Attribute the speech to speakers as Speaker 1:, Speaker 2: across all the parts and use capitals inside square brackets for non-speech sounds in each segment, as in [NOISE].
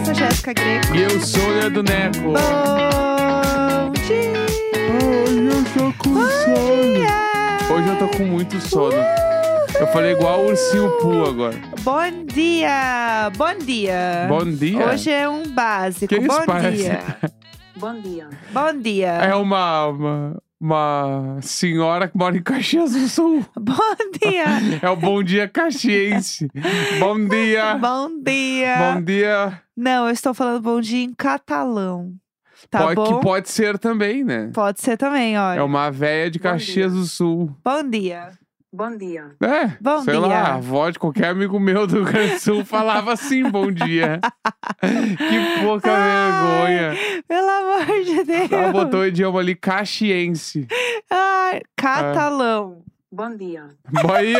Speaker 1: é
Speaker 2: Jéssica Greco.
Speaker 3: E eu sou o Leandro Neco.
Speaker 2: Bom dia!
Speaker 3: Ai, eu tô com Hoje eu tô com muito sono. Eu falei igual o ursinho Poo agora.
Speaker 2: Bom dia! Bom dia!
Speaker 3: Bom dia.
Speaker 2: Hoje é um básico.
Speaker 3: Que isso
Speaker 2: Bom
Speaker 3: parece?
Speaker 2: dia!
Speaker 1: Bom dia.
Speaker 2: Bom dia!
Speaker 3: É uma, uma, uma senhora que mora em Caxias do Sul.
Speaker 2: Bom dia!
Speaker 3: É o Bom Dia Caxiense. [LAUGHS] Bom dia.
Speaker 2: Bom dia!
Speaker 3: Bom dia.
Speaker 2: Não, eu estou falando bom dia em catalão. Tá
Speaker 3: pode,
Speaker 2: bom?
Speaker 3: Que pode ser também, né?
Speaker 2: Pode ser também, olha.
Speaker 3: É uma véia de
Speaker 1: Bom
Speaker 3: Caxias do Sul.
Speaker 2: Bom dia!
Speaker 1: Bom dia.
Speaker 3: É,
Speaker 2: Bom
Speaker 3: sei
Speaker 2: dia.
Speaker 3: lá, a avó de qualquer amigo meu do Rio Grande do Sul falava assim, bom
Speaker 2: [LAUGHS]
Speaker 3: dia. que pouca
Speaker 2: Ai,
Speaker 3: vergonha.
Speaker 2: Pelo amor
Speaker 3: Tá
Speaker 2: de Deus!
Speaker 3: Ela botou o idioma ali, caxiense.
Speaker 2: [LAUGHS] Ai, catalão.
Speaker 1: Bom dia.
Speaker 3: Bahia!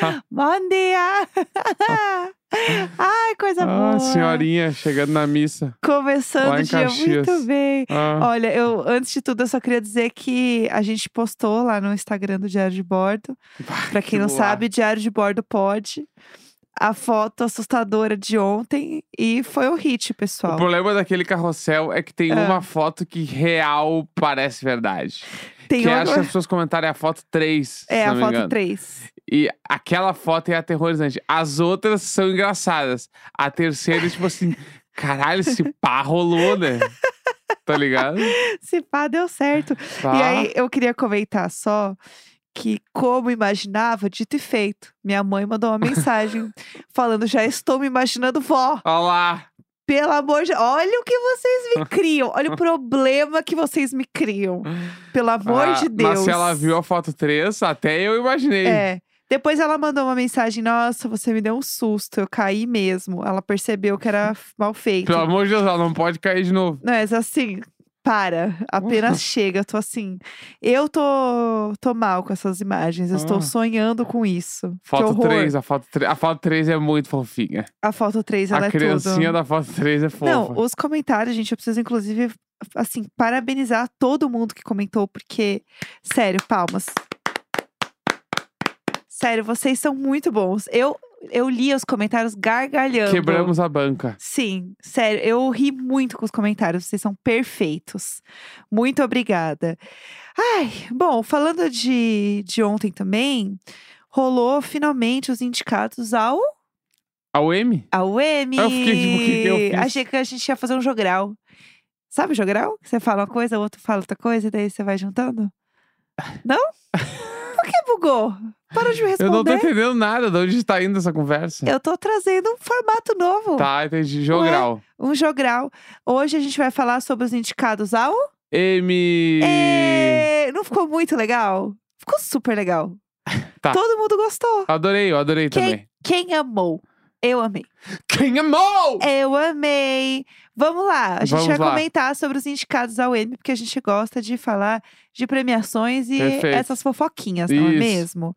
Speaker 2: Tá Bom
Speaker 3: [LAUGHS]
Speaker 2: dia! Ai, coisa boa!
Speaker 3: ah, senhorinha, chegando na missa.
Speaker 2: Começando
Speaker 3: Lá
Speaker 2: o
Speaker 3: em
Speaker 2: dia
Speaker 3: Caxias.
Speaker 2: muito bem.
Speaker 3: Ah,
Speaker 2: Olha, eu antes de tudo, eu só queria dizer que a gente postou lá no Instagram do Diário de Bordo. Pra quem
Speaker 3: que
Speaker 2: não
Speaker 3: lá.
Speaker 2: sabe, Diário de Bordo pode. A foto assustadora de ontem e foi um hit,
Speaker 3: o
Speaker 2: pessoal.
Speaker 3: problema daquele carrossel é que tem
Speaker 2: Ah.
Speaker 3: uma foto que real parece verdade.
Speaker 2: Tem
Speaker 3: que é
Speaker 2: uma-
Speaker 3: acho que as pessoas comentarem a foto 3. se
Speaker 2: É, a
Speaker 3: não me
Speaker 2: foto
Speaker 3: engano.
Speaker 2: 3.
Speaker 3: E aquela foto é aterrorizante. As outras são engraçadas. A terceira, é tipo
Speaker 2: [LAUGHS]
Speaker 3: assim, caralho, esse pá rolou, né? Tá ligado?
Speaker 2: [LAUGHS] Se pá, deu certo.
Speaker 3: Pá.
Speaker 2: E aí, eu queria comentar só que, como imaginava, dito e feito. Minha mãe mandou uma
Speaker 3: [LAUGHS]
Speaker 2: mensagem falando: já estou me imaginando vó.
Speaker 3: Olha lá.
Speaker 2: Pelo amor de Olha o que vocês
Speaker 3: [LAUGHS]
Speaker 2: me criam. Olha o problema que vocês me criam. Pelo amor
Speaker 3: Ah,
Speaker 2: de Deus.
Speaker 3: Mas se ela viu a foto 3, até eu imaginei.
Speaker 2: É. Depois ela mandou uma mensagem: Nossa, você me deu um susto. Eu caí mesmo. Ela percebeu
Speaker 3: [LAUGHS]
Speaker 2: que era mal feito.
Speaker 3: Pelo amor de Deus, ela não pode cair de novo.
Speaker 2: Não, mas assim, para.
Speaker 3: [LAUGHS]
Speaker 2: Apenas chega. Eu tô assim. Eu tô, tô mal com essas imagens. Eu
Speaker 3: Ah.
Speaker 2: estou sonhando com isso. Que
Speaker 3: Foto
Speaker 2: horror.
Speaker 3: 3, a foto 3. A foto 3 é muito fofinha.
Speaker 2: A foto 3, ela
Speaker 3: a
Speaker 2: é
Speaker 3: criancinha
Speaker 2: tudo.
Speaker 3: da foto 3 é fofa.
Speaker 2: Não, os comentários, gente, eu preciso, inclusive, assim, parabenizar todo mundo que comentou, porque, sério, palmas. Sério, vocês são muito bons. Eu, eu li os comentários gargalhando.
Speaker 3: Quebramos a banca.
Speaker 2: Sim, sério, eu ri muito com os comentários, vocês são perfeitos. Muito obrigada. Ai, bom, falando de, de ontem também, rolou finalmente os indicados ao,
Speaker 3: A UM?
Speaker 2: ao M.
Speaker 3: Eu fiquei tipo, o que que eu fiz?
Speaker 2: Achei que a gente ia fazer um jogral. Sabe jogral? Que Você fala uma coisa, o outro fala outra coisa, e daí você vai juntando?
Speaker 3: [LAUGHS]
Speaker 2: Não? Por que bugou? Para de me
Speaker 3: Eu não tô
Speaker 2: responder.
Speaker 3: entendendo nada de onde tá indo essa conversa.
Speaker 2: Eu tô trazendo um formato novo,
Speaker 3: Tá, entendi. Jogral.
Speaker 2: um jogral. Hoje a gente vai falar sobre os indicados ao
Speaker 3: M.
Speaker 2: É, não ficou muito legal? Ficou super legal.
Speaker 3: Tá.
Speaker 2: Todo mundo gostou.
Speaker 3: Adorei, eu adorei também.
Speaker 2: Quem, é quem amou? Eu amei.
Speaker 3: Quem amou?
Speaker 2: Eu amei. Vamos lá. A gente
Speaker 3: Vamos
Speaker 2: vai
Speaker 3: lá.
Speaker 2: comentar sobre os indicados ao M, porque a gente gosta de falar de premiações e
Speaker 3: Perfeito.
Speaker 2: essas fofoquinhas, não é
Speaker 3: Isso.
Speaker 2: mesmo?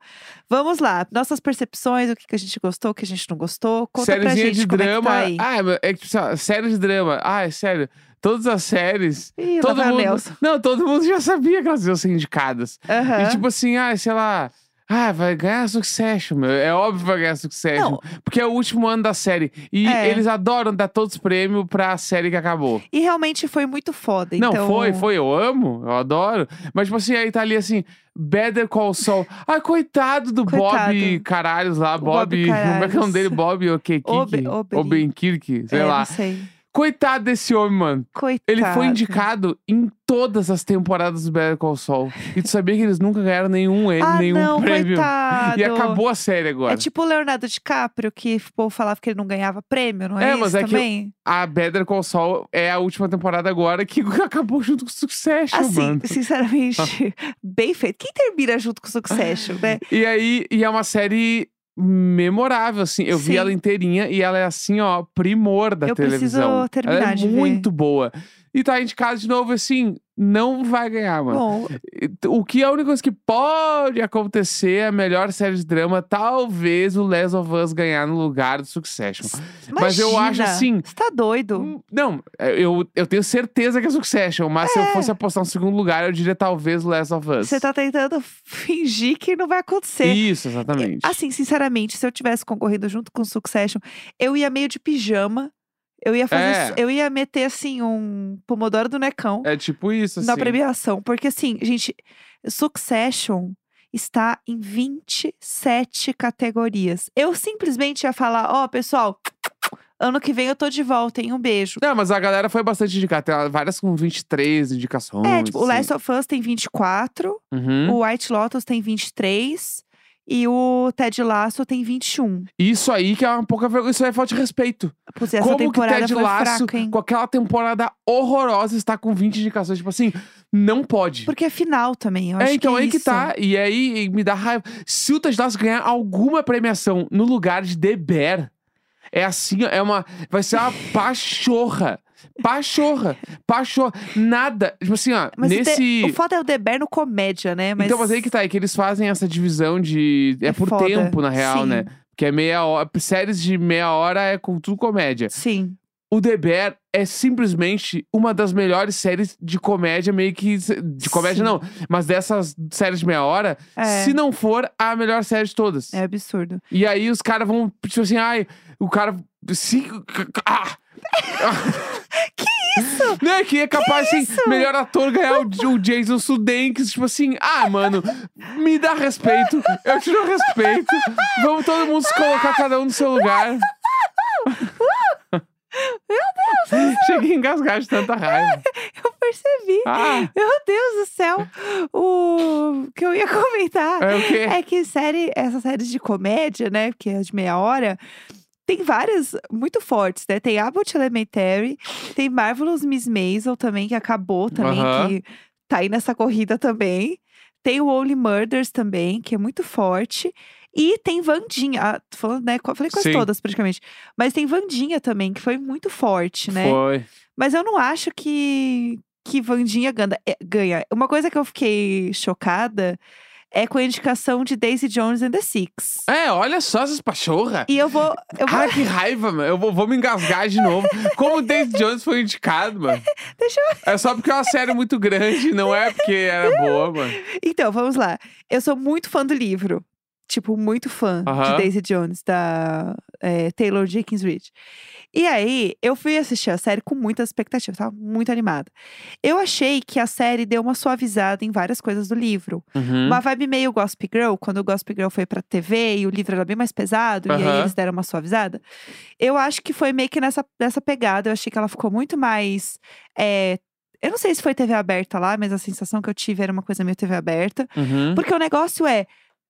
Speaker 2: Vamos lá. Nossas percepções, o que, que a gente gostou, o que a gente não gostou. Conta pra
Speaker 3: Sériezinha
Speaker 2: gente
Speaker 3: de
Speaker 2: como
Speaker 3: drama.
Speaker 2: é que tá aí.
Speaker 3: ah, mas é que tipo, assim, ó, série de drama. Ah, é sério. Todas as séries.
Speaker 2: Ih, lá
Speaker 3: todo
Speaker 2: vai o
Speaker 3: mundo.
Speaker 2: Nelson.
Speaker 3: Não, todo mundo já sabia que elas iam ser indicadas.
Speaker 2: Aham.
Speaker 3: E tipo assim, ah, sei lá. Ah, vai ganhar Succession, meu. É óbvio que vai ganhar Succession. Porque é o último ano da série. E
Speaker 2: É.
Speaker 3: eles adoram dar todos os prêmios pra série que acabou.
Speaker 2: E realmente foi muito foda.
Speaker 3: Não,
Speaker 2: então...
Speaker 3: foi, foi. Eu amo, eu adoro. Mas, tipo assim, aí tá ali assim, Better Call Saul. Ai, coitado do Bob
Speaker 2: Coitado.
Speaker 3: Caralhos lá,
Speaker 2: Bob
Speaker 3: Bob. Como é que é o nome
Speaker 2: Caralhos.
Speaker 3: dele? Bob
Speaker 2: Obe-
Speaker 3: Okekik?
Speaker 2: Oberi.
Speaker 3: Obenkirk, sei
Speaker 2: É,
Speaker 3: lá.
Speaker 2: Não sei.
Speaker 3: Coitado desse homem, mano.
Speaker 2: Coitado.
Speaker 3: Ele foi indicado em todas as temporadas do Better Call Saul. E tu sabia que eles nunca ganharam nenhum M,
Speaker 2: ah,
Speaker 3: nenhum
Speaker 2: não,
Speaker 3: prêmio. [LAUGHS]
Speaker 2: Coitado.
Speaker 3: E acabou a série agora.
Speaker 2: É tipo o Leonardo DiCaprio, que o povo falava que ele não ganhava prêmio, não
Speaker 3: É,
Speaker 2: é,
Speaker 3: mas
Speaker 2: isso
Speaker 3: é que eu-
Speaker 2: também?
Speaker 3: A Better Call Saul é a última temporada agora que [LAUGHS] acabou junto com o Succession,
Speaker 2: Assim,
Speaker 3: mano.
Speaker 2: sinceramente, [LAUGHS] bem feito. Quem termina junto com o Succession, né?
Speaker 3: E aí, e é uma série memorável, assim. Eu vi
Speaker 2: Sim.
Speaker 3: ela inteirinha e ela é assim, ó, primor da
Speaker 2: Eu preciso
Speaker 3: televisão. ela
Speaker 2: terminar
Speaker 3: é
Speaker 2: de ver.
Speaker 3: muito boa. E tá indicado de novo, assim, não vai ganhar, mano.
Speaker 2: Bom,
Speaker 3: O que é a única coisa que pode acontecer é a melhor série de drama, talvez o Les of Us ganhar no lugar do Succession. Mas eu acho
Speaker 2: imagina,
Speaker 3: assim-
Speaker 2: Você tá doido?
Speaker 3: Hum, Não, eu, eu tenho certeza que é Succession, mas se eu fosse apostar um segundo lugar, eu diria talvez o Last of Us.
Speaker 2: Você tá tentando fingir que não vai acontecer.
Speaker 3: Isso, exatamente.
Speaker 2: Assim, sinceramente, se eu tivesse concorrido junto com o Succession, eu ia meio de pijama. Eu ia fazer,
Speaker 3: É.
Speaker 2: s- eu ia meter assim um pomodoro do necão
Speaker 3: É tipo isso, assim.
Speaker 2: na premiação, porque assim, gente, Succession está em 27 categorias. Eu simplesmente ia falar, ó, pessoal, ano que vem eu tô de volta, hein? Um beijo.
Speaker 3: Não, mas a galera foi bastante indicada. Tem várias com 23 indicações.
Speaker 2: É, tipo, o
Speaker 3: assim.
Speaker 2: Last of Us tem 24,
Speaker 3: Uhum.
Speaker 2: o White Lotus tem 23 e o Ted Lasso tem 21.
Speaker 3: Isso aí que é uma pouca vergonha. Isso aí é falta de respeito.
Speaker 2: Putz, essa
Speaker 3: Como
Speaker 2: temporada
Speaker 3: que Ted
Speaker 2: foi
Speaker 3: Lasso,
Speaker 2: fraca, hein?
Speaker 3: com aquela temporada horrorosa, está com 20 indicações? Tipo assim, não pode.
Speaker 2: Porque é final também, eu acho
Speaker 3: é, então
Speaker 2: que
Speaker 3: aí
Speaker 2: é
Speaker 3: que
Speaker 2: isso.
Speaker 3: tá. E aí e me dá raiva. Se o Ted Lasso ganhar alguma premiação no lugar de The Bear, é assim, ó, é uma. Vai ser uma pachorra. Pachorra. Pachorra. Nada. Tipo assim, ó,
Speaker 2: Mas o,
Speaker 3: nesse.
Speaker 2: The- o foda é o Deberno comédia, né? Mas...
Speaker 3: Então, mas aí que tá, é que eles fazem essa divisão de. É,
Speaker 2: É
Speaker 3: por
Speaker 2: foda,
Speaker 3: tempo, na real,
Speaker 2: sim.
Speaker 3: né? Porque é meia hora. Séries de meia hora é com tudo comédia.
Speaker 2: Sim.
Speaker 3: O The Bear é simplesmente uma das melhores séries de comédia, meio que. De comédia,
Speaker 2: Sim.
Speaker 3: não. Mas dessas séries de meia hora,
Speaker 2: É.
Speaker 3: se não for a melhor série de todas.
Speaker 2: É absurdo.
Speaker 3: E aí os caras vão, tipo assim, ai, o cara. Se, ah! [LAUGHS] que isso? Né? Que é capaz, assim, melhor ator ganhar o, o Jason Sudeikis. Tipo assim, ah, mano, me dá respeito. Eu te dou respeito. Vamos todo mundo se colocar cada um no seu [LAUGHS] lugar. Meu Deus! Cheguei a engasgar de tanta [LAUGHS] raiva.
Speaker 2: Eu percebi.
Speaker 3: Ah.
Speaker 2: Meu Deus do céu. O que eu ia [LAUGHS] comentar
Speaker 3: É o quê?
Speaker 2: é que série, essas séries de comédia, né? Que é de meia hora. Tem várias muito fortes, né? Tem Abbott Elementary, tem Marvelous Miss Maisel também, que acabou também,
Speaker 3: Aham.
Speaker 2: que tá aí nessa corrida também. Tem o Only Murders também, que é muito forte. E tem Vandinha, ah, tô falando, né? co- Falei quase
Speaker 3: Sim.
Speaker 2: todas praticamente. Mas tem Vandinha também, que foi muito
Speaker 3: É,
Speaker 2: forte, né?
Speaker 3: Foi.
Speaker 2: Mas eu não acho que, que Vandinha ganda- é, ganha. Uma coisa que eu fiquei chocada é com a indicação de Daisy Jones and the Six.
Speaker 3: É, olha só essas pachorras.
Speaker 2: E eu vou. Eu vou
Speaker 3: Ah, que raiva, mano. Eu vou, vou me engasgar de novo. Como o David Jones foi indicado, mano.
Speaker 2: [LAUGHS] Deixa
Speaker 3: É só porque é uma série muito grande, não é porque era boa, mano.
Speaker 2: Então, vamos lá. Eu sou muito fã do livro. Tipo, muito fã
Speaker 3: Aham.
Speaker 2: de Daisy Jones, da é, Taylor Jenkins Reid. E aí, eu fui assistir a série com muitas expectativas, tava muito animada. Eu achei que a série deu uma suavizada em várias coisas do livro.
Speaker 3: Uhum.
Speaker 2: Uma vibe meio Gossip Girl, quando o Gossip Girl foi pra TV e o livro era bem mais pesado, e
Speaker 3: Aham.
Speaker 2: aí eles deram uma suavizada. Eu acho que foi meio que nessa, nessa pegada. Eu achei que ela ficou muito mais. é, eu não sei se foi TV aberta lá, mas a sensação que eu tive era uma coisa meio TV aberta.
Speaker 3: Uhum.
Speaker 2: Porque o negócio é.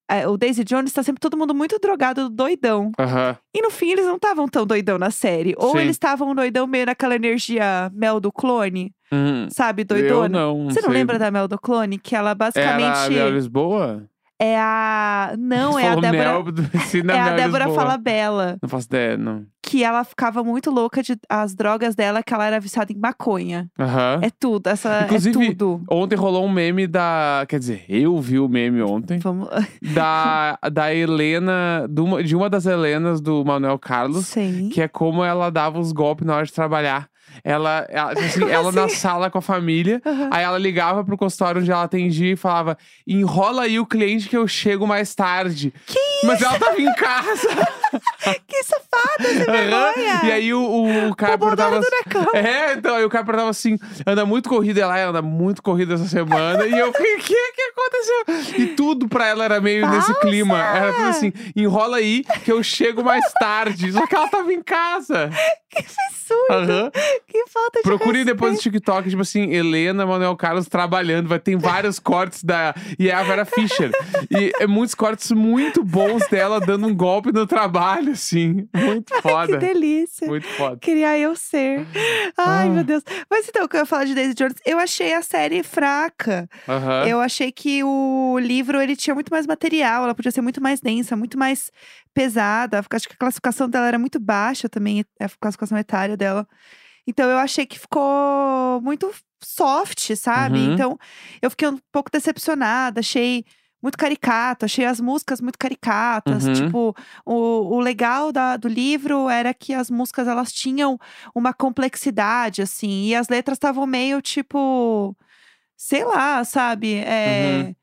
Speaker 2: é, o Daisy Jones tá sempre todo mundo muito drogado, doidão.
Speaker 3: Aham.
Speaker 2: E no fim eles não estavam tão doidão na série. Ou
Speaker 3: Sim.
Speaker 2: eles estavam doidão meio naquela energia mel do clone,
Speaker 3: Uhum.
Speaker 2: sabe?
Speaker 3: Eu
Speaker 2: Doidona.
Speaker 3: não.
Speaker 2: Você não
Speaker 3: sei.
Speaker 2: lembra da Mel do Clone? Que ela basicamente.
Speaker 3: Era a Mel Lisboa?
Speaker 2: É a. Não, é a
Speaker 3: Falou
Speaker 2: Débora. [LAUGHS]
Speaker 3: Mel do ensino
Speaker 2: É a Débora
Speaker 3: Lisboa.
Speaker 2: Falabella.
Speaker 3: Não faço ideia, não.
Speaker 2: Que ela ficava muito louca de as drogas dela, que ela era viciada em maconha.
Speaker 3: Aham.
Speaker 2: É tudo. Essa
Speaker 3: Inclusive-
Speaker 2: é tudo.
Speaker 3: Ontem rolou um meme da. Quer dizer, eu vi o meme ontem. [LAUGHS]
Speaker 2: Vamos.
Speaker 3: Da, da Helena. De uma, de uma das Helenas do Manuel Carlos.
Speaker 2: Sim.
Speaker 3: que é como ela dava os golpes na hora de trabalhar. Ela,
Speaker 2: [LAUGHS]
Speaker 3: ela, tipo assim,
Speaker 2: Como
Speaker 3: ela na
Speaker 2: assim?
Speaker 3: sala com a família,
Speaker 2: Aham.
Speaker 3: aí ela ligava pro consultório onde ela atendia e falava: enrola aí o cliente que eu chego mais tarde.
Speaker 2: Que
Speaker 3: Mas ela tava em casa.
Speaker 2: [LAUGHS] Que safada, sem
Speaker 3: é Aham.
Speaker 2: vergonha!
Speaker 3: E aí o, o, o cara perguntava.
Speaker 2: Pomodoro do Necão.
Speaker 3: É, então, aí o cara perguntava assim: anda muito corrida, ela "É, anda muito corrida essa semana. e eu fiquei, o que, que aconteceu? E tudo pra ela era meio nesse
Speaker 2: Falsa!
Speaker 3: clima. Era tudo assim: enrola aí que eu chego mais tarde. Só que ela tava em casa.
Speaker 2: Que absurdo!
Speaker 3: Aham.
Speaker 2: Que falta de.
Speaker 3: Procure depois no
Speaker 2: respeito.
Speaker 3: TikTok, tipo assim, Helena Manuel Carlos trabalhando. Vai ter vários cortes da. E é a Vera Fischer. E é muitos cortes muito bons dela dando um golpe no trabalho, assim. Muito
Speaker 2: Que
Speaker 3: foda.
Speaker 2: delícia!
Speaker 3: muito foda.
Speaker 2: Queria eu ser. Ai,
Speaker 3: Ah.
Speaker 2: meu Deus. Mas então, o que eu ia falar de Daisy Jones? Eu achei a série fraca.
Speaker 3: Aham.
Speaker 2: Eu achei que o livro ele tinha muito mais material, ela podia ser muito mais densa, muito mais pesada. Acho que a classificação dela era muito baixa também, a classificação etária dela. Então eu achei que ficou muito soft, sabe?
Speaker 3: Uhum.
Speaker 2: Então eu fiquei um pouco decepcionada, achei muito caricato, achei as músicas muito caricatas.
Speaker 3: Uhum.
Speaker 2: Tipo, o, o legal da- do livro era que as músicas elas tinham uma complexidade, assim, e as letras estavam meio tipo, sei lá, sabe? É,
Speaker 3: Uhum.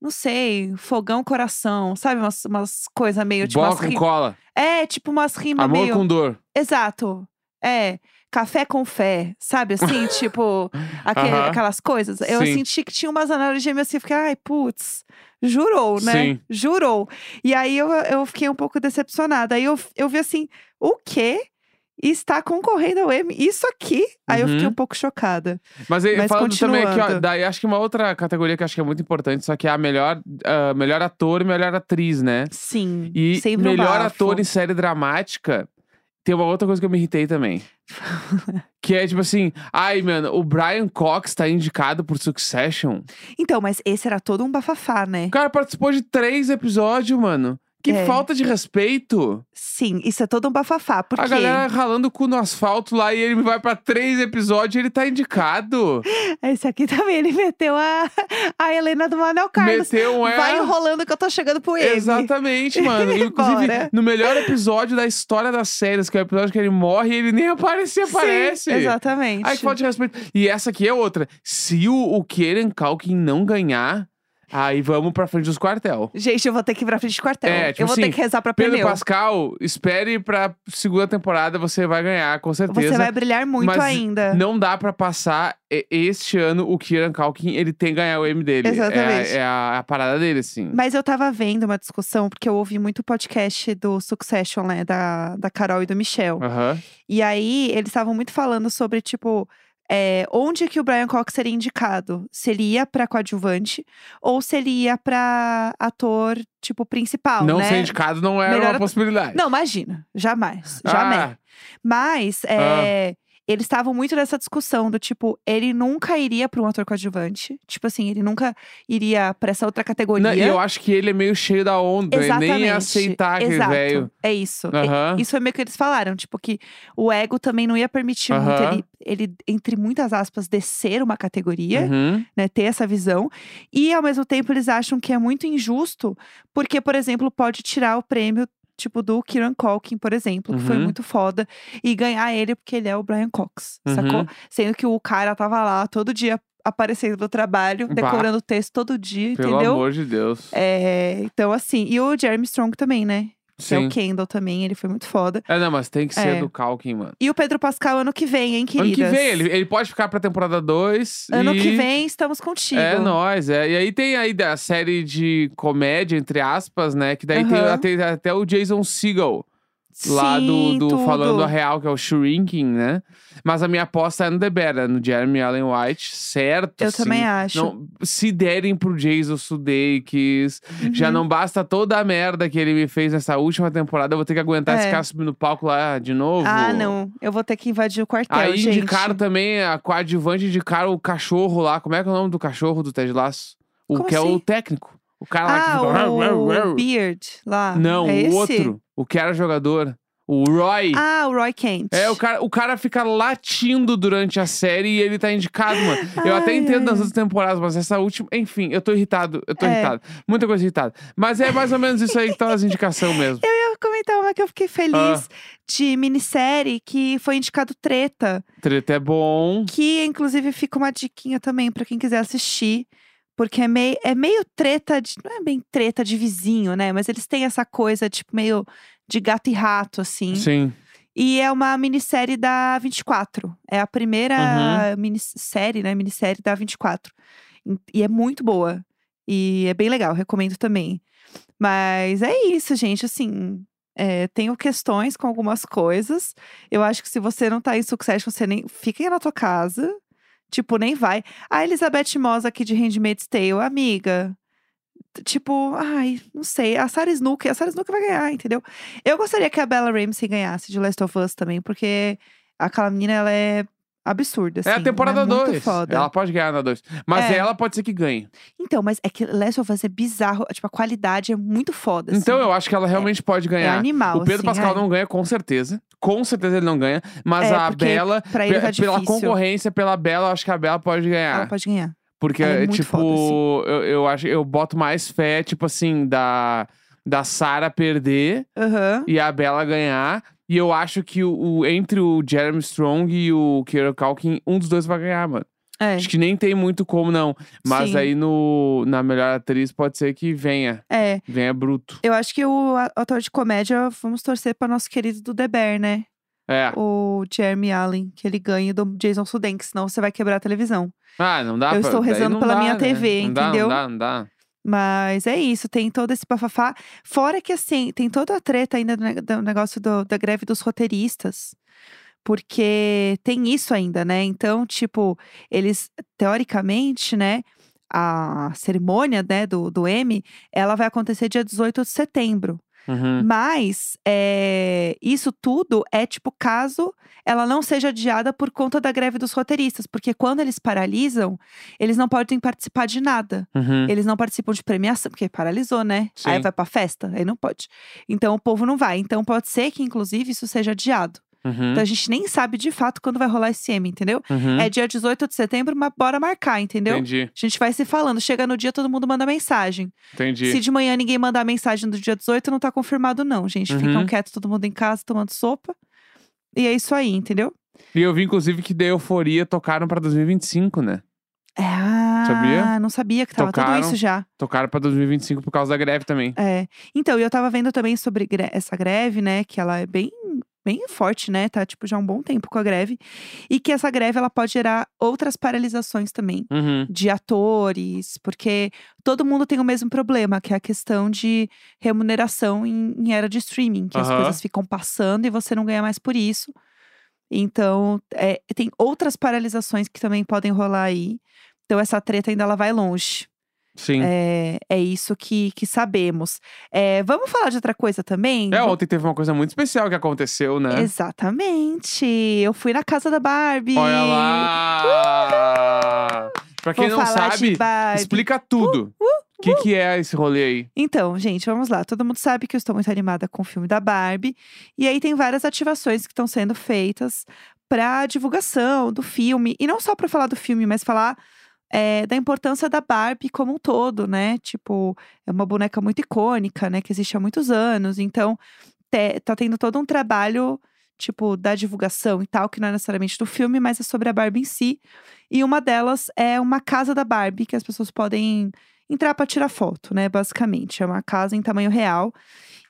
Speaker 2: Não sei, fogão, coração, sabe? Umas, umas coisas meio tipo.
Speaker 3: Bola
Speaker 2: umas
Speaker 3: com
Speaker 2: ri-
Speaker 3: cola.
Speaker 2: É, tipo umas rimas
Speaker 3: Amor
Speaker 2: meio.
Speaker 3: com dor.
Speaker 2: Exato. É. café com fé, sabe assim?
Speaker 3: [LAUGHS]
Speaker 2: tipo, aquele-
Speaker 3: Aham.
Speaker 2: aquelas coisas. Eu
Speaker 3: Sim.
Speaker 2: senti que tinha umas analogias assim, eu fiquei, ai, putz, jurou, né?
Speaker 3: Sim.
Speaker 2: Jurou. E aí eu, eu fiquei um pouco decepcionada. Aí eu, eu vi assim, o quê? Está concorrendo ao M? Isso aqui? Aí eu
Speaker 3: Uhum.
Speaker 2: fiquei um pouco chocada.
Speaker 3: Mas, aí,
Speaker 2: Mas
Speaker 3: falando também aqui, ó,
Speaker 2: continuando.
Speaker 3: daí acho que uma outra categoria que eu acho que é muito importante, só que é a melhor, ah, melhor ator e melhor atriz, né?
Speaker 2: Sim.
Speaker 3: E
Speaker 2: sempre um
Speaker 3: melhor
Speaker 2: bafo.
Speaker 3: ator em série dramática, tem uma outra coisa que eu me irritei
Speaker 2: [LAUGHS]
Speaker 3: também. que é tipo assim, ai, mano, o Brian Cox tá indicado por Succession.
Speaker 2: Então, mas esse era todo um bafafá, né?
Speaker 3: O cara participou de três episódios, mano. Que
Speaker 2: É.
Speaker 3: falta de respeito.
Speaker 2: Sim, isso é todo um bafafá. Porque
Speaker 3: A galera ralando o cu no asfalto lá e ele vai pra três episódios e ele tá indicado.
Speaker 2: [LAUGHS] esse aqui também, ele meteu a, a Helena do Manuel [LAUGHS] Carlos.
Speaker 3: Meteu um é.
Speaker 2: Vai enrolando que eu tô chegando pro ele.
Speaker 3: Exatamente,
Speaker 2: [LAUGHS]
Speaker 3: mano. E, inclusive,
Speaker 2: Bora.
Speaker 3: no melhor episódio da história das séries, que é o episódio que ele morre, ele nem aparece,
Speaker 2: Sim,
Speaker 3: aparece.
Speaker 2: exatamente.
Speaker 3: Ai, que falta de respeito. E essa aqui é outra. Se o, o Kieran Culkin não ganhar, aí vamos pra frente dos quartel.
Speaker 2: Gente, eu vou ter que ir pra frente de quartel.
Speaker 3: É, tipo
Speaker 2: eu vou
Speaker 3: assim,
Speaker 2: ter que rezar pra
Speaker 3: Pedro
Speaker 2: pneu.
Speaker 3: Pascal, espere pra segunda temporada, você vai ganhar, com certeza.
Speaker 2: Você vai brilhar muito
Speaker 3: mas
Speaker 2: ainda.
Speaker 3: Não dá pra passar e- este ano o Kieran Culkin, ele tem que ganhar o M dele. É a-
Speaker 2: Exatamente.
Speaker 3: É, a, a parada dele, assim.
Speaker 2: Mas eu tava vendo uma discussão, porque eu ouvi muito podcast do Succession, né? Da, da Carol e do Michel.
Speaker 3: Aham.
Speaker 2: E aí, eles estavam muito falando sobre, tipo, é, onde que o Brian Cox seria indicado? Se ele ia pra coadjuvante ou se ele ia pra ator, tipo, principal,
Speaker 3: Não
Speaker 2: né?
Speaker 3: ser indicado não era
Speaker 2: Melhor
Speaker 3: uma
Speaker 2: ator-
Speaker 3: possibilidade.
Speaker 2: Não, imagina. Jamais.
Speaker 3: Ah,
Speaker 2: Jamais. Mas é, eles estavam muito nessa discussão do tipo, ele nunca iria pra um ator coadjuvante. Tipo assim, ele nunca iria pra essa outra categoria.
Speaker 3: não, e eu acho que ele é meio cheio da onda, ele
Speaker 2: Exatamente.
Speaker 3: nem ia aceitar aquele
Speaker 2: Exato.
Speaker 3: velho.
Speaker 2: É isso. É-
Speaker 3: Aham.
Speaker 2: Isso é meio que eles falaram, tipo, que o ego também não ia permitir muito
Speaker 3: Aham.
Speaker 2: ele, ele, entre muitas aspas, descer uma categoria,
Speaker 3: Uhum.
Speaker 2: né? Ter essa visão. E ao mesmo tempo eles acham que é muito injusto, porque, por exemplo, pode tirar o prêmio, tipo, do Kieran Culkin, por exemplo, que foi
Speaker 3: Uhum.
Speaker 2: muito foda, e ganhar ele porque ele é o Brian Cox, sacou?
Speaker 3: Uhum.
Speaker 2: Sendo que o cara tava lá todo dia aparecendo no trabalho,
Speaker 3: Bah.
Speaker 2: decorando o texto todo dia,
Speaker 3: Pelo
Speaker 2: entendeu?
Speaker 3: amor de Deus.
Speaker 2: É, então, assim, e o Jeremy Strong também, né? Que é
Speaker 3: Sim.
Speaker 2: o Kendall também, ele foi muito foda.
Speaker 3: É, não, mas tem que ser
Speaker 2: É.
Speaker 3: do Calkin, mano.
Speaker 2: E o Pedro Pascal ano que vem, hein,
Speaker 3: Ano
Speaker 2: queridas?
Speaker 3: que vem, ele, ele pode ficar pra temporada 2.
Speaker 2: Ano que vem estamos contigo.
Speaker 3: É nóis, é. E aí tem aí a série de comédia, entre aspas, né? Que daí tem
Speaker 2: Aham.
Speaker 3: até, até o Jason Segel lá do,
Speaker 2: Sim,
Speaker 3: do Falando
Speaker 2: tudo.
Speaker 3: a Real, que é o Shrinking, né? Mas a minha aposta é no The Bear, é no Jeremy Allen White, certo?
Speaker 2: Eu
Speaker 3: sim.
Speaker 2: também acho.
Speaker 3: assim. Não, se derem pro Jason Sudeikis, já
Speaker 2: Uhum.
Speaker 3: não basta toda a merda que ele me fez nessa última temporada, eu vou ter que aguentar esse
Speaker 2: É.
Speaker 3: cara subir no palco lá de novo.
Speaker 2: Ah, não. Eu vou ter que é invadir o quartel,
Speaker 3: Aí
Speaker 2: gente.
Speaker 3: indicaram também, a coadjuvante indicaram o cachorro lá. Como é que é o nome do cachorro do Ted Lasso? O
Speaker 2: Como
Speaker 3: que é o
Speaker 2: assim?
Speaker 3: técnico. O cara tá lá tipo, que
Speaker 2: Ah,
Speaker 3: fica...
Speaker 2: o Beard lá.
Speaker 3: Não,
Speaker 2: é
Speaker 3: o
Speaker 2: esse?
Speaker 3: outro. O que era jogador. O Roy.
Speaker 2: Ah, o Roy Kent.
Speaker 3: É, o cara, o cara fica latindo durante a série e ele tá indicado, mano. Eu até
Speaker 2: Ai,
Speaker 3: entendo
Speaker 2: ai.
Speaker 3: nas outras temporadas, mas essa última. Enfim, eu tô irritado. Eu tô
Speaker 2: É.
Speaker 3: irritado. Muita coisa irritada. Mas é mais ou menos isso aí que tá as indicações mesmo.
Speaker 2: Eu ia comentar uma que eu fiquei feliz
Speaker 3: Ah.
Speaker 2: de minissérie que foi indicado Treta.
Speaker 3: Treta é bom.
Speaker 2: Que, inclusive, fica uma diquinha também pra quem quiser assistir. Porque é meio, é meio treta, de, não é bem treta de vizinho, né? Mas eles têm essa coisa, tipo, meio de gato e rato, assim.
Speaker 3: Sim.
Speaker 2: E é uma minissérie da 24. É a primeira minissérie, né? Minissérie da 24. E- E é muito boa. E é bem legal, recomendo também. Mas é isso, gente. Assim, é, tenho questões com algumas coisas. Eu acho que se você não tá em sucesso, você nem. Fica aí na tua casa. Tipo, nem vai. A Elizabeth Moss aqui de Handmaid's Tale, amiga. t- Tipo, ai, não sei. A Sarah Snook, a Sarah Snook vai ganhar, entendeu? Eu gostaria que a Bella Ramsey ganhasse de Last of Us também, porque aquela menina, ela é absurda, assim.
Speaker 3: é a
Speaker 2: ela
Speaker 3: temporada
Speaker 2: muito
Speaker 3: 2.
Speaker 2: foda.
Speaker 3: Ela pode ganhar na 2. Mas
Speaker 2: É.
Speaker 3: ela pode ser que ganhe.
Speaker 2: Então, mas é que Last of Us é bizarro. Tipo, a qualidade é muito foda, assim.
Speaker 3: Então eu acho que ela realmente pode
Speaker 2: É
Speaker 3: ganhar.
Speaker 2: animal,
Speaker 3: o Pedro
Speaker 2: assim,
Speaker 3: Pascal
Speaker 2: ai,
Speaker 3: não ganha, com certeza. Com certeza ele não ganha. Mas
Speaker 2: É,
Speaker 3: a
Speaker 2: porque
Speaker 3: Bela,
Speaker 2: Pra ele
Speaker 3: pe-
Speaker 2: tá
Speaker 3: pela
Speaker 2: difícil.
Speaker 3: concorrência, pela Bela, eu acho que a Bela pode ganhar.
Speaker 2: Ela pode ganhar.
Speaker 3: Porque,
Speaker 2: ela é muito
Speaker 3: tipo,
Speaker 2: foda, assim.
Speaker 3: eu, eu acho eu boto mais fé, tipo assim, da, da Sarah perder
Speaker 2: Aham.
Speaker 3: e a Bela ganhar. E eu acho que o, o- entre o Jeremy Strong e o Kieran Culkin, um dos dois vai ganhar, mano.
Speaker 2: É.
Speaker 3: Acho que nem tem muito como, não. Mas
Speaker 2: Sim.
Speaker 3: aí no, na melhor atriz pode ser que venha.
Speaker 2: É.
Speaker 3: Venha bruto.
Speaker 2: Eu acho que o a- ator de comédia, vamos torcer pra nosso querido do The Bear, né?
Speaker 3: É.
Speaker 2: o Jeremy Allen, que ele ganhe do Jason Sudeikis, senão você vai quebrar a televisão.
Speaker 3: Ah, não dá pra-
Speaker 2: Eu estou
Speaker 3: daí
Speaker 2: rezando
Speaker 3: não
Speaker 2: pela
Speaker 3: dá,
Speaker 2: minha
Speaker 3: né?
Speaker 2: TV,
Speaker 3: não dá,
Speaker 2: entendeu?
Speaker 3: Não dá, não dá.
Speaker 2: Mas é isso, tem todo esse bafafá. Fora que, assim, tem toda a treta ainda do, neg- do negócio do- da greve dos roteiristas. Porque tem isso ainda, né? Então, tipo, eles, teoricamente, né? A cerimônia, né, do, do M, ela vai acontecer dia 18 de setembro.
Speaker 3: Uhum.
Speaker 2: Mas é, isso tudo é tipo caso ela não seja adiada por conta da greve dos roteiristas. Porque quando eles paralisam, eles não podem participar de nada.
Speaker 3: Uhum.
Speaker 2: Eles não participam de premiação, porque paralisou, né? Aí
Speaker 3: Sim.
Speaker 2: vai pra festa, aí não pode. Então o povo não vai. Então pode ser que, inclusive, isso seja adiado.
Speaker 3: Uhum.
Speaker 2: Então a gente nem sabe de fato quando vai rolar esse M, entendeu?
Speaker 3: Uhum.
Speaker 2: É dia 18 de setembro, mas bora marcar, entendeu?
Speaker 3: Entendi,
Speaker 2: A gente vai se falando. Chega no dia, todo mundo manda mensagem.
Speaker 3: entendi.
Speaker 2: Se de manhã ninguém mandar mensagem do dia 18, não tá confirmado, não, gente. Ficam
Speaker 3: Uhum.
Speaker 2: quietos, todo mundo em casa, tomando sopa. E é isso aí, entendeu?
Speaker 3: E eu vi, inclusive, que da Euforia tocaram pra 2025, né?
Speaker 2: Ah,
Speaker 3: Sabia?
Speaker 2: não sabia que tava tudo
Speaker 3: Tocaram.
Speaker 2: isso já.
Speaker 3: Tocaram pra 2025 por causa da greve também.
Speaker 2: É. Então, e eu tava vendo também sobre gre- essa greve, né? Que ela é bem, bem forte, né? Tá, tipo, já há um bom tempo com a greve. E que essa greve, ela pode gerar outras paralisações também.
Speaker 3: Uhum.
Speaker 2: De atores, porque todo mundo tem o mesmo problema, que é a questão de remuneração em, em era de streaming, que as
Speaker 3: Aham.
Speaker 2: coisas ficam passando e você não ganha mais por isso. Então, é, tem outras paralisações que também podem rolar aí. Então, essa treta ainda ela vai longe.
Speaker 3: Sim. É,
Speaker 2: É, é isso que, que sabemos. É, vamos falar de outra coisa também? Vamos-
Speaker 3: ontem teve uma coisa muito especial que aconteceu, É né?
Speaker 2: Exatamente. Eu fui na casa da Barbie.
Speaker 3: Olha lá! Pra quem
Speaker 2: Vou
Speaker 3: não
Speaker 2: falar de Uh,
Speaker 3: sabe,
Speaker 2: Barbie.
Speaker 3: explica tudo. O que, que é esse rolê aí?
Speaker 2: Então, gente, vamos lá. Todo mundo sabe que eu estou muito animada com o filme da Barbie. E aí tem várias ativações que estão sendo feitas para divulgação do filme. E não só para falar do filme, mas falar é, da importância da Barbie como um todo, né? Tipo, é uma boneca muito icônica, né? Que existe há muitos anos. Então, te- tá tendo todo um trabalho, tipo, da divulgação e tal, que não é necessariamente do filme, mas é sobre a Barbie em si. E uma delas é uma casa da Barbie que as pessoas podem entrar para tirar foto, né? Basicamente, é uma casa em tamanho real.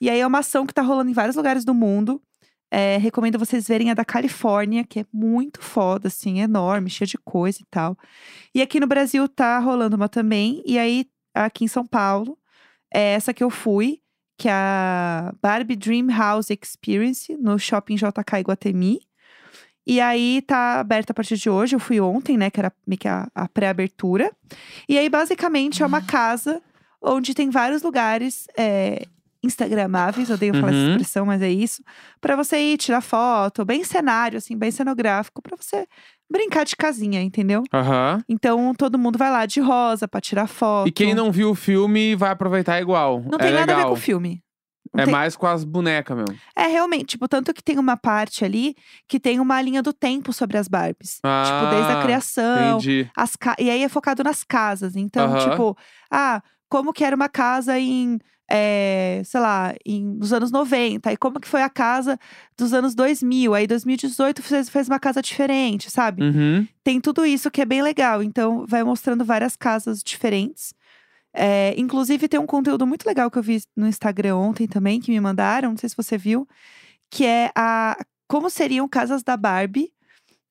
Speaker 2: E aí é uma ação que tá rolando em vários lugares do mundo. É, recomendo vocês verem a da Califórnia, que é muito foda, assim, enorme, cheia de coisa e tal. E aqui no Brasil tá rolando uma também. E aí, aqui em São Paulo, é essa que eu fui, que é a Barbie Dream House Experience, no shopping JK Iguatemi. E aí tá aberta a partir de hoje. Eu fui ontem, né? Que era meio que a, a pré-abertura. E aí, basicamente, é uma casa onde tem vários lugares é, instagramáveis, odeio falar essa
Speaker 3: Uhum.
Speaker 2: expressão, mas é isso. Pra você ir tirar foto, bem cenário, assim, bem cenográfico, pra você brincar de casinha, entendeu?
Speaker 3: Aham.
Speaker 2: Então todo mundo vai lá de rosa pra tirar foto.
Speaker 3: E quem não viu o filme vai aproveitar igual.
Speaker 2: Não
Speaker 3: é
Speaker 2: tem
Speaker 3: legal.
Speaker 2: nada a ver com o filme. Não
Speaker 3: É
Speaker 2: tem-
Speaker 3: mais com as bonecas mesmo.
Speaker 2: É realmente, tipo, tanto que tem uma parte ali que tem uma linha do tempo sobre as Barbies.
Speaker 3: Ah,
Speaker 2: tipo, desde a criação,
Speaker 3: Entendi.
Speaker 2: as ca- E aí é focado nas casas. Então,
Speaker 3: Aham.
Speaker 2: tipo, ah, como que era uma casa em. eh, sei lá, em, nos anos 90, e como que foi a casa dos anos 2000, aí 2018 fez, fez uma casa diferente, sabe?
Speaker 3: Uhum.
Speaker 2: Tem tudo isso que é bem legal, então vai mostrando várias casas diferentes. É, inclusive, tem um conteúdo muito legal que eu vi no Instagram ontem também, que me mandaram, não sei se você viu, que é a como seriam casas da Barbie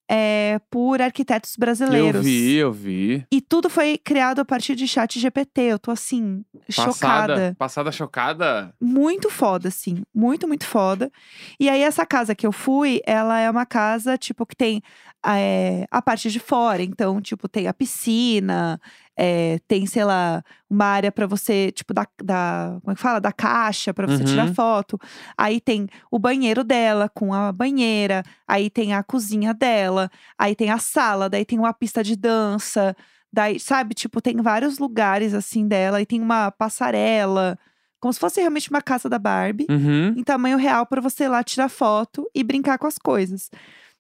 Speaker 2: é, por arquitetos brasileiros.
Speaker 3: Eu vi, eu vi.
Speaker 2: E tudo foi criado a partir de chat GPT. Eu tô assim, chocada.
Speaker 3: Passada, passada chocada.
Speaker 2: Muito foda, assim. Muito, muito foda. E aí, essa casa que eu fui, ela é uma casa, tipo, que tem eh, a parte de fora. Então, tipo, tem a piscina, eh, tem, sei lá, uma área pra você, tipo, da, da. Como é que fala? Da caixa, pra você tirar
Speaker 3: Uhum.
Speaker 2: foto. Aí tem o banheiro dela, com a banheira. Aí tem a cozinha dela. Aí tem a sala, daí tem uma pista de dança. Daí, sabe, tipo, tem vários lugares assim dela. E tem uma passarela. Como se fosse realmente uma casa da Barbie
Speaker 3: Uhum.
Speaker 2: em tamanho real pra você ir lá tirar foto e brincar com as coisas.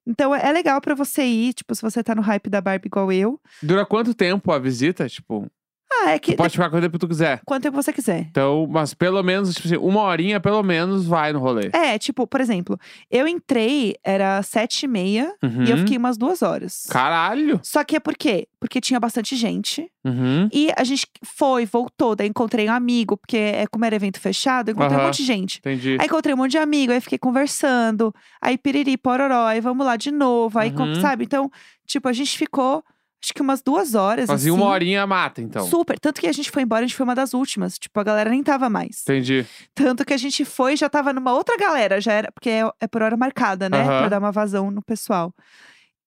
Speaker 2: Então é é legal pra você ir, tipo, se você tá no hype da Barbie igual eu.
Speaker 3: Dura quanto tempo a visita? Tipo,
Speaker 2: Ah, é que.
Speaker 3: Pode ficar com o tempo que tu quiser.
Speaker 2: Quanto tempo você quiser.
Speaker 3: Então, mas pelo menos, tipo assim, uma horinha pelo menos vai no rolê.
Speaker 2: É, tipo, por exemplo, eu entrei, era sete e meia,
Speaker 3: Uhum.
Speaker 2: e eu fiquei umas duas horas.
Speaker 3: Caralho!
Speaker 2: Só que é por quê? Porque tinha bastante gente.
Speaker 3: Uhum.
Speaker 2: E a gente foi, voltou, daí encontrei um amigo, porque é como era evento fechado, eu encontrei um
Speaker 3: Aham.
Speaker 2: monte de gente.
Speaker 3: Entendi.
Speaker 2: Aí encontrei um monte de amigo, aí fiquei conversando, aí piriri, pororó, aí vamos lá de novo, aí, com-
Speaker 3: Uhum.
Speaker 2: sabe? Então, tipo, a gente ficou, acho que umas duas horas,
Speaker 3: Fazia
Speaker 2: assim.
Speaker 3: uma horinha mata, então.
Speaker 2: Super, tanto que a gente foi embora, a gente foi uma das últimas, tipo, a galera nem tava mais.
Speaker 3: Entendi.
Speaker 2: Tanto que a gente foi e já tava numa outra galera, já era, porque é, é por hora marcada, né?
Speaker 3: Aham.
Speaker 2: Pra dar uma vazão no pessoal.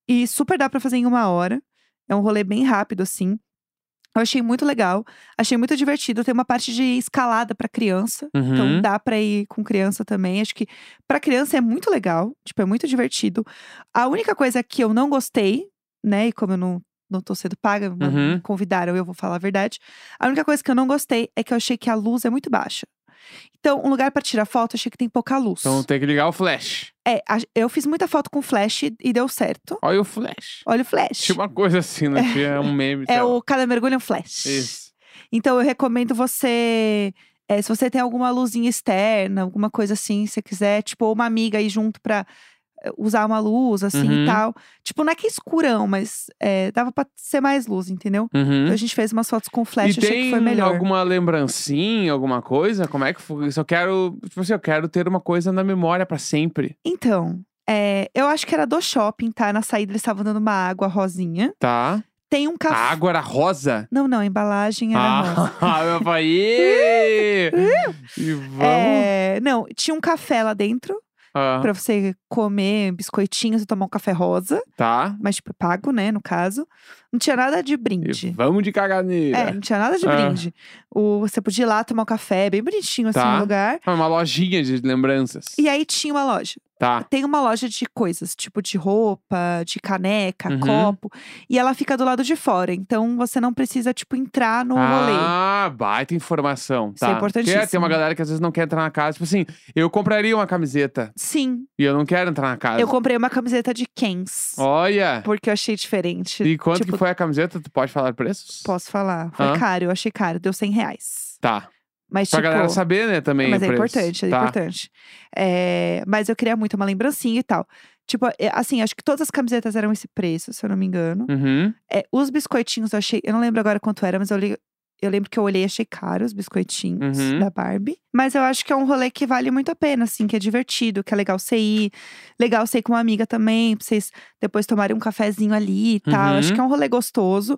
Speaker 2: E super dá pra fazer em uma hora. É um rolê bem rápido, assim. Eu achei muito legal, achei muito divertido. Tem uma parte de escalada pra criança.
Speaker 3: Uhum.
Speaker 2: Então dá pra ir com criança também. Acho que pra criança é muito legal, tipo, é muito divertido. A única coisa que eu não gostei, né, e como eu não, não tô sendo paga, me
Speaker 3: Uhum.
Speaker 2: convidaram, eu vou falar a verdade. A única coisa que eu não gostei é que eu achei que a luz é muito baixa. Então, um lugar pra tirar foto, eu achei que tem pouca luz.
Speaker 3: Então tem que ligar o flash.
Speaker 2: É, a- eu fiz muita foto com flash e- e deu certo.
Speaker 3: Olha o flash.
Speaker 2: Olha o flash.
Speaker 3: Tinha uma coisa assim, né? Tinha um meme. sei
Speaker 2: É
Speaker 3: lá.
Speaker 2: o cada mergulho é um flash.
Speaker 3: Isso.
Speaker 2: Então eu recomendo você. eh, se você tem alguma luzinha externa, alguma coisa assim, se você quiser, tipo, ou uma amiga aí junto pra eh, usar uma luz, assim
Speaker 3: Uhum.
Speaker 2: e tal. Tipo, não é que é escurão, mas eh, dava pra ser mais luz, entendeu?
Speaker 3: Uhum.
Speaker 2: Então a gente fez umas fotos com flash,
Speaker 3: e
Speaker 2: achei
Speaker 3: tem
Speaker 2: que foi melhor.
Speaker 3: alguma lembrancinha, alguma coisa? Como é que foi? Eu só quero, tipo assim, eu quero ter uma coisa na memória pra sempre.
Speaker 2: Então, eh, eu acho que era do shopping, tá? Na saída eles estavam dando uma água rosinha.
Speaker 3: Tá?
Speaker 2: Tem um
Speaker 3: A
Speaker 2: café.
Speaker 3: água era rosa?
Speaker 2: Não, não, a embalagem era
Speaker 3: [LAUGHS]
Speaker 2: rosa.
Speaker 3: Ah, meu pai!
Speaker 2: [LAUGHS]
Speaker 3: E vamos.
Speaker 2: É, não, tinha um café lá dentro
Speaker 3: Ah,
Speaker 2: pra você comer biscoitinhos e tomar um café rosa.
Speaker 3: tá.
Speaker 2: mas tipo, pago, né, no caso. Não tinha nada de
Speaker 3: E
Speaker 2: brinde.
Speaker 3: vamos de caganeira.
Speaker 2: É, não tinha nada de
Speaker 3: Ah.
Speaker 2: brinde. O, você podia ir lá tomar um café, bem bonitinho assim
Speaker 3: Tá.
Speaker 2: no lugar.
Speaker 3: Ah, Uma lojinha de lembranças.
Speaker 2: E é aí tinha uma loja.
Speaker 3: Tá.
Speaker 2: Tem uma loja de coisas, tipo de roupa, de caneca,
Speaker 3: Uhum.
Speaker 2: copo. E ela fica do lado de fora. Então você não precisa, tipo, entrar no rolê.
Speaker 3: ah, baita informação.
Speaker 2: Isso é
Speaker 3: Tá.
Speaker 2: importantíssimo.
Speaker 3: Porque tem uma galera que às vezes não quer entrar na casa. Tipo assim, eu compraria uma camiseta
Speaker 2: Sim,
Speaker 3: e eu não quero entrar na casa.
Speaker 2: eu comprei uma camiseta de Kens.
Speaker 3: Olha!
Speaker 2: Porque eu achei diferente.
Speaker 3: E quanto
Speaker 2: tipo-
Speaker 3: que foi a camiseta? Tu pode falar preços?
Speaker 2: Posso falar? Foi
Speaker 3: Ah.
Speaker 2: caro, eu achei caro. Deu 100 reais.
Speaker 3: Tá.
Speaker 2: Mas,
Speaker 3: Pra
Speaker 2: tipo,
Speaker 3: galera saber, né, também.
Speaker 2: Mas
Speaker 3: o
Speaker 2: é
Speaker 3: preço.
Speaker 2: importante, é
Speaker 3: tá?
Speaker 2: importante. É, mas eu queria muito uma lembrancinha e tal. Tipo, é, assim, acho que todas as camisetas eram esse preço, se eu não me engano.
Speaker 3: Uhum.
Speaker 2: É, os biscoitinhos eu achei. Eu não lembro agora quanto era, mas eu, li- eu lembro que eu olhei e achei caro os biscoitinhos
Speaker 3: Uhum.
Speaker 2: da Barbie. Mas eu acho que é um rolê que vale muito a pena, assim, que é divertido, que é legal você ir. Legal você ir com uma amiga também, pra vocês depois tomarem um cafezinho ali e tal.
Speaker 3: Uhum.
Speaker 2: Acho que é um rolê gostoso.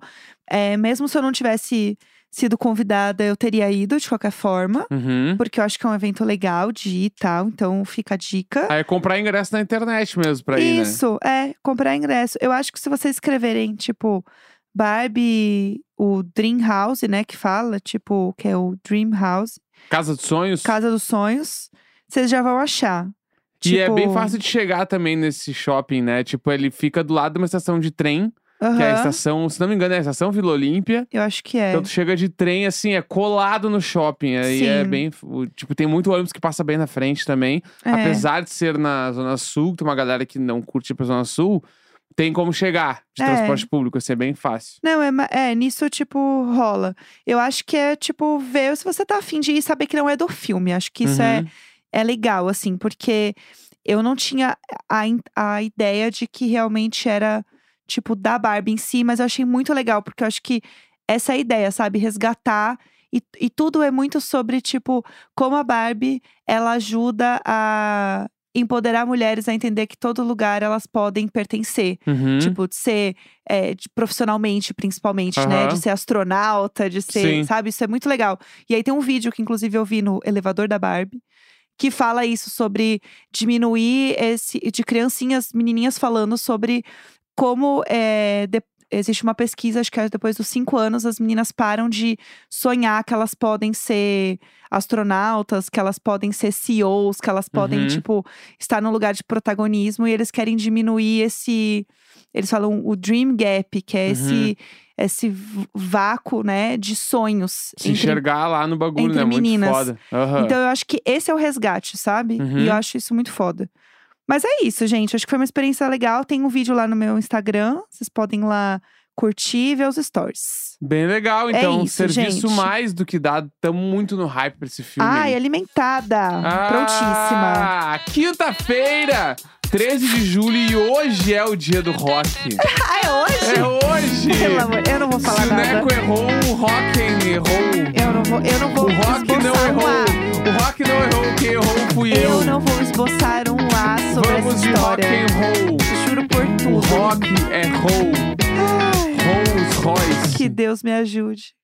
Speaker 2: É, mesmo se eu não tivesse sido convidada, eu teria ido de qualquer forma.
Speaker 3: Uhum.
Speaker 2: Porque eu acho que é um evento legal de ir e tal, então fica a dica.
Speaker 3: Aí é comprar ingresso na internet mesmo pra ir, né?
Speaker 2: Isso, é, comprar ingresso. Eu acho que se vocês escreverem, tipo, Barbie, o Dream House, né, que fala, tipo, que é o Dream House,
Speaker 3: Casa dos Sonhos.
Speaker 2: Casa dos Sonhos, vocês já vão achar.
Speaker 3: E é bem
Speaker 2: Tipo,
Speaker 3: fácil de chegar também nesse shopping, né? Tipo, ele fica do lado de uma estação de trem, que é a
Speaker 2: aham,
Speaker 3: estação, se não me engano, é a estação Vila Olímpia.
Speaker 2: Eu acho que é.
Speaker 3: Então tu chega de trem, assim, é colado no shopping. Aí é
Speaker 2: Sim.
Speaker 3: bem. o- Tipo, tem muito ônibus que passa bem na frente também.
Speaker 2: É.
Speaker 3: Apesar de ser na Zona Sul, que tem uma galera que não curte ir pra Zona Sul, tem como chegar de
Speaker 2: É.
Speaker 3: transporte público, assim, é bem fácil.
Speaker 2: Não, é, ma- é, nisso, tipo, rola. Eu acho que é, tipo, ver se você tá afim de ir e saber que não é do filme. Acho que isso é,
Speaker 3: Uhum.
Speaker 2: é legal, assim, porque eu não tinha a, in- a ideia de que realmente era, tipo, da Barbie em si, mas eu achei muito legal, porque eu acho que essa é a ideia, sabe? Resgatar. E, e tudo é muito sobre, tipo, como a Barbie ela ajuda a empoderar mulheres a entender que todo lugar elas podem pertencer.
Speaker 3: Uhum.
Speaker 2: Tipo, de ser é, de- profissionalmente, principalmente, né?
Speaker 3: Aham.
Speaker 2: De ser astronauta, de ser,
Speaker 3: Sim.
Speaker 2: sabe? Isso é muito legal. E aí tem um vídeo que, inclusive, eu vi no elevador da Barbie. Que fala isso sobre diminuir esse. de criancinhas, menininhas falando sobre como é, de- existe uma pesquisa, acho que é depois dos cinco anos, as meninas param de sonhar que elas podem ser astronautas, que elas podem ser CEOs, que elas podem,
Speaker 3: Uhum.
Speaker 2: tipo, estar num lugar de protagonismo e eles querem diminuir esse. Eles falam o dream gap, que é
Speaker 3: Uhum.
Speaker 2: esse, esse v- vácuo, né, de sonhos.
Speaker 3: Se
Speaker 2: entre-
Speaker 3: enxergar lá no bagulho,
Speaker 2: entre
Speaker 3: né?
Speaker 2: meninas.
Speaker 3: Muito foda. Aham.
Speaker 2: Então eu acho que esse é o resgate, sabe?
Speaker 3: Uhum.
Speaker 2: E eu acho isso muito foda. Mas é isso, gente. Acho que foi uma experiência legal. Tem um vídeo lá no meu Instagram. Vocês podem ir lá curtir e ver os stories.
Speaker 3: Bem legal,
Speaker 2: É
Speaker 3: então.
Speaker 2: isso,
Speaker 3: serviço
Speaker 2: gente.
Speaker 3: mais do que dado. Tamo muito no hype pra esse filme.
Speaker 2: Ai,
Speaker 3: hein?
Speaker 2: alimentada. Prontíssima.
Speaker 3: Ah, Quinta-feira, 13 de julho, e hoje é o dia do rock.
Speaker 2: Ah, é hoje?
Speaker 3: É hoje!
Speaker 2: Pelo amor, eu não vou falar nada.
Speaker 3: Suneco errou, o rock errou.
Speaker 2: Eu não vou, eu não vou
Speaker 3: O rock não
Speaker 2: esboçar um
Speaker 3: errou.
Speaker 2: A.
Speaker 3: O rock não errou, quem errou fui eu.
Speaker 2: Eu não vou esboçar um A sobre
Speaker 3: Vamos
Speaker 2: essa
Speaker 3: de rock
Speaker 2: história.
Speaker 3: and roll.
Speaker 2: Juro por
Speaker 3: O
Speaker 2: tudo.
Speaker 3: rock errou.
Speaker 2: Ai,
Speaker 3: Rolls Royce.
Speaker 2: que Deus me ajude.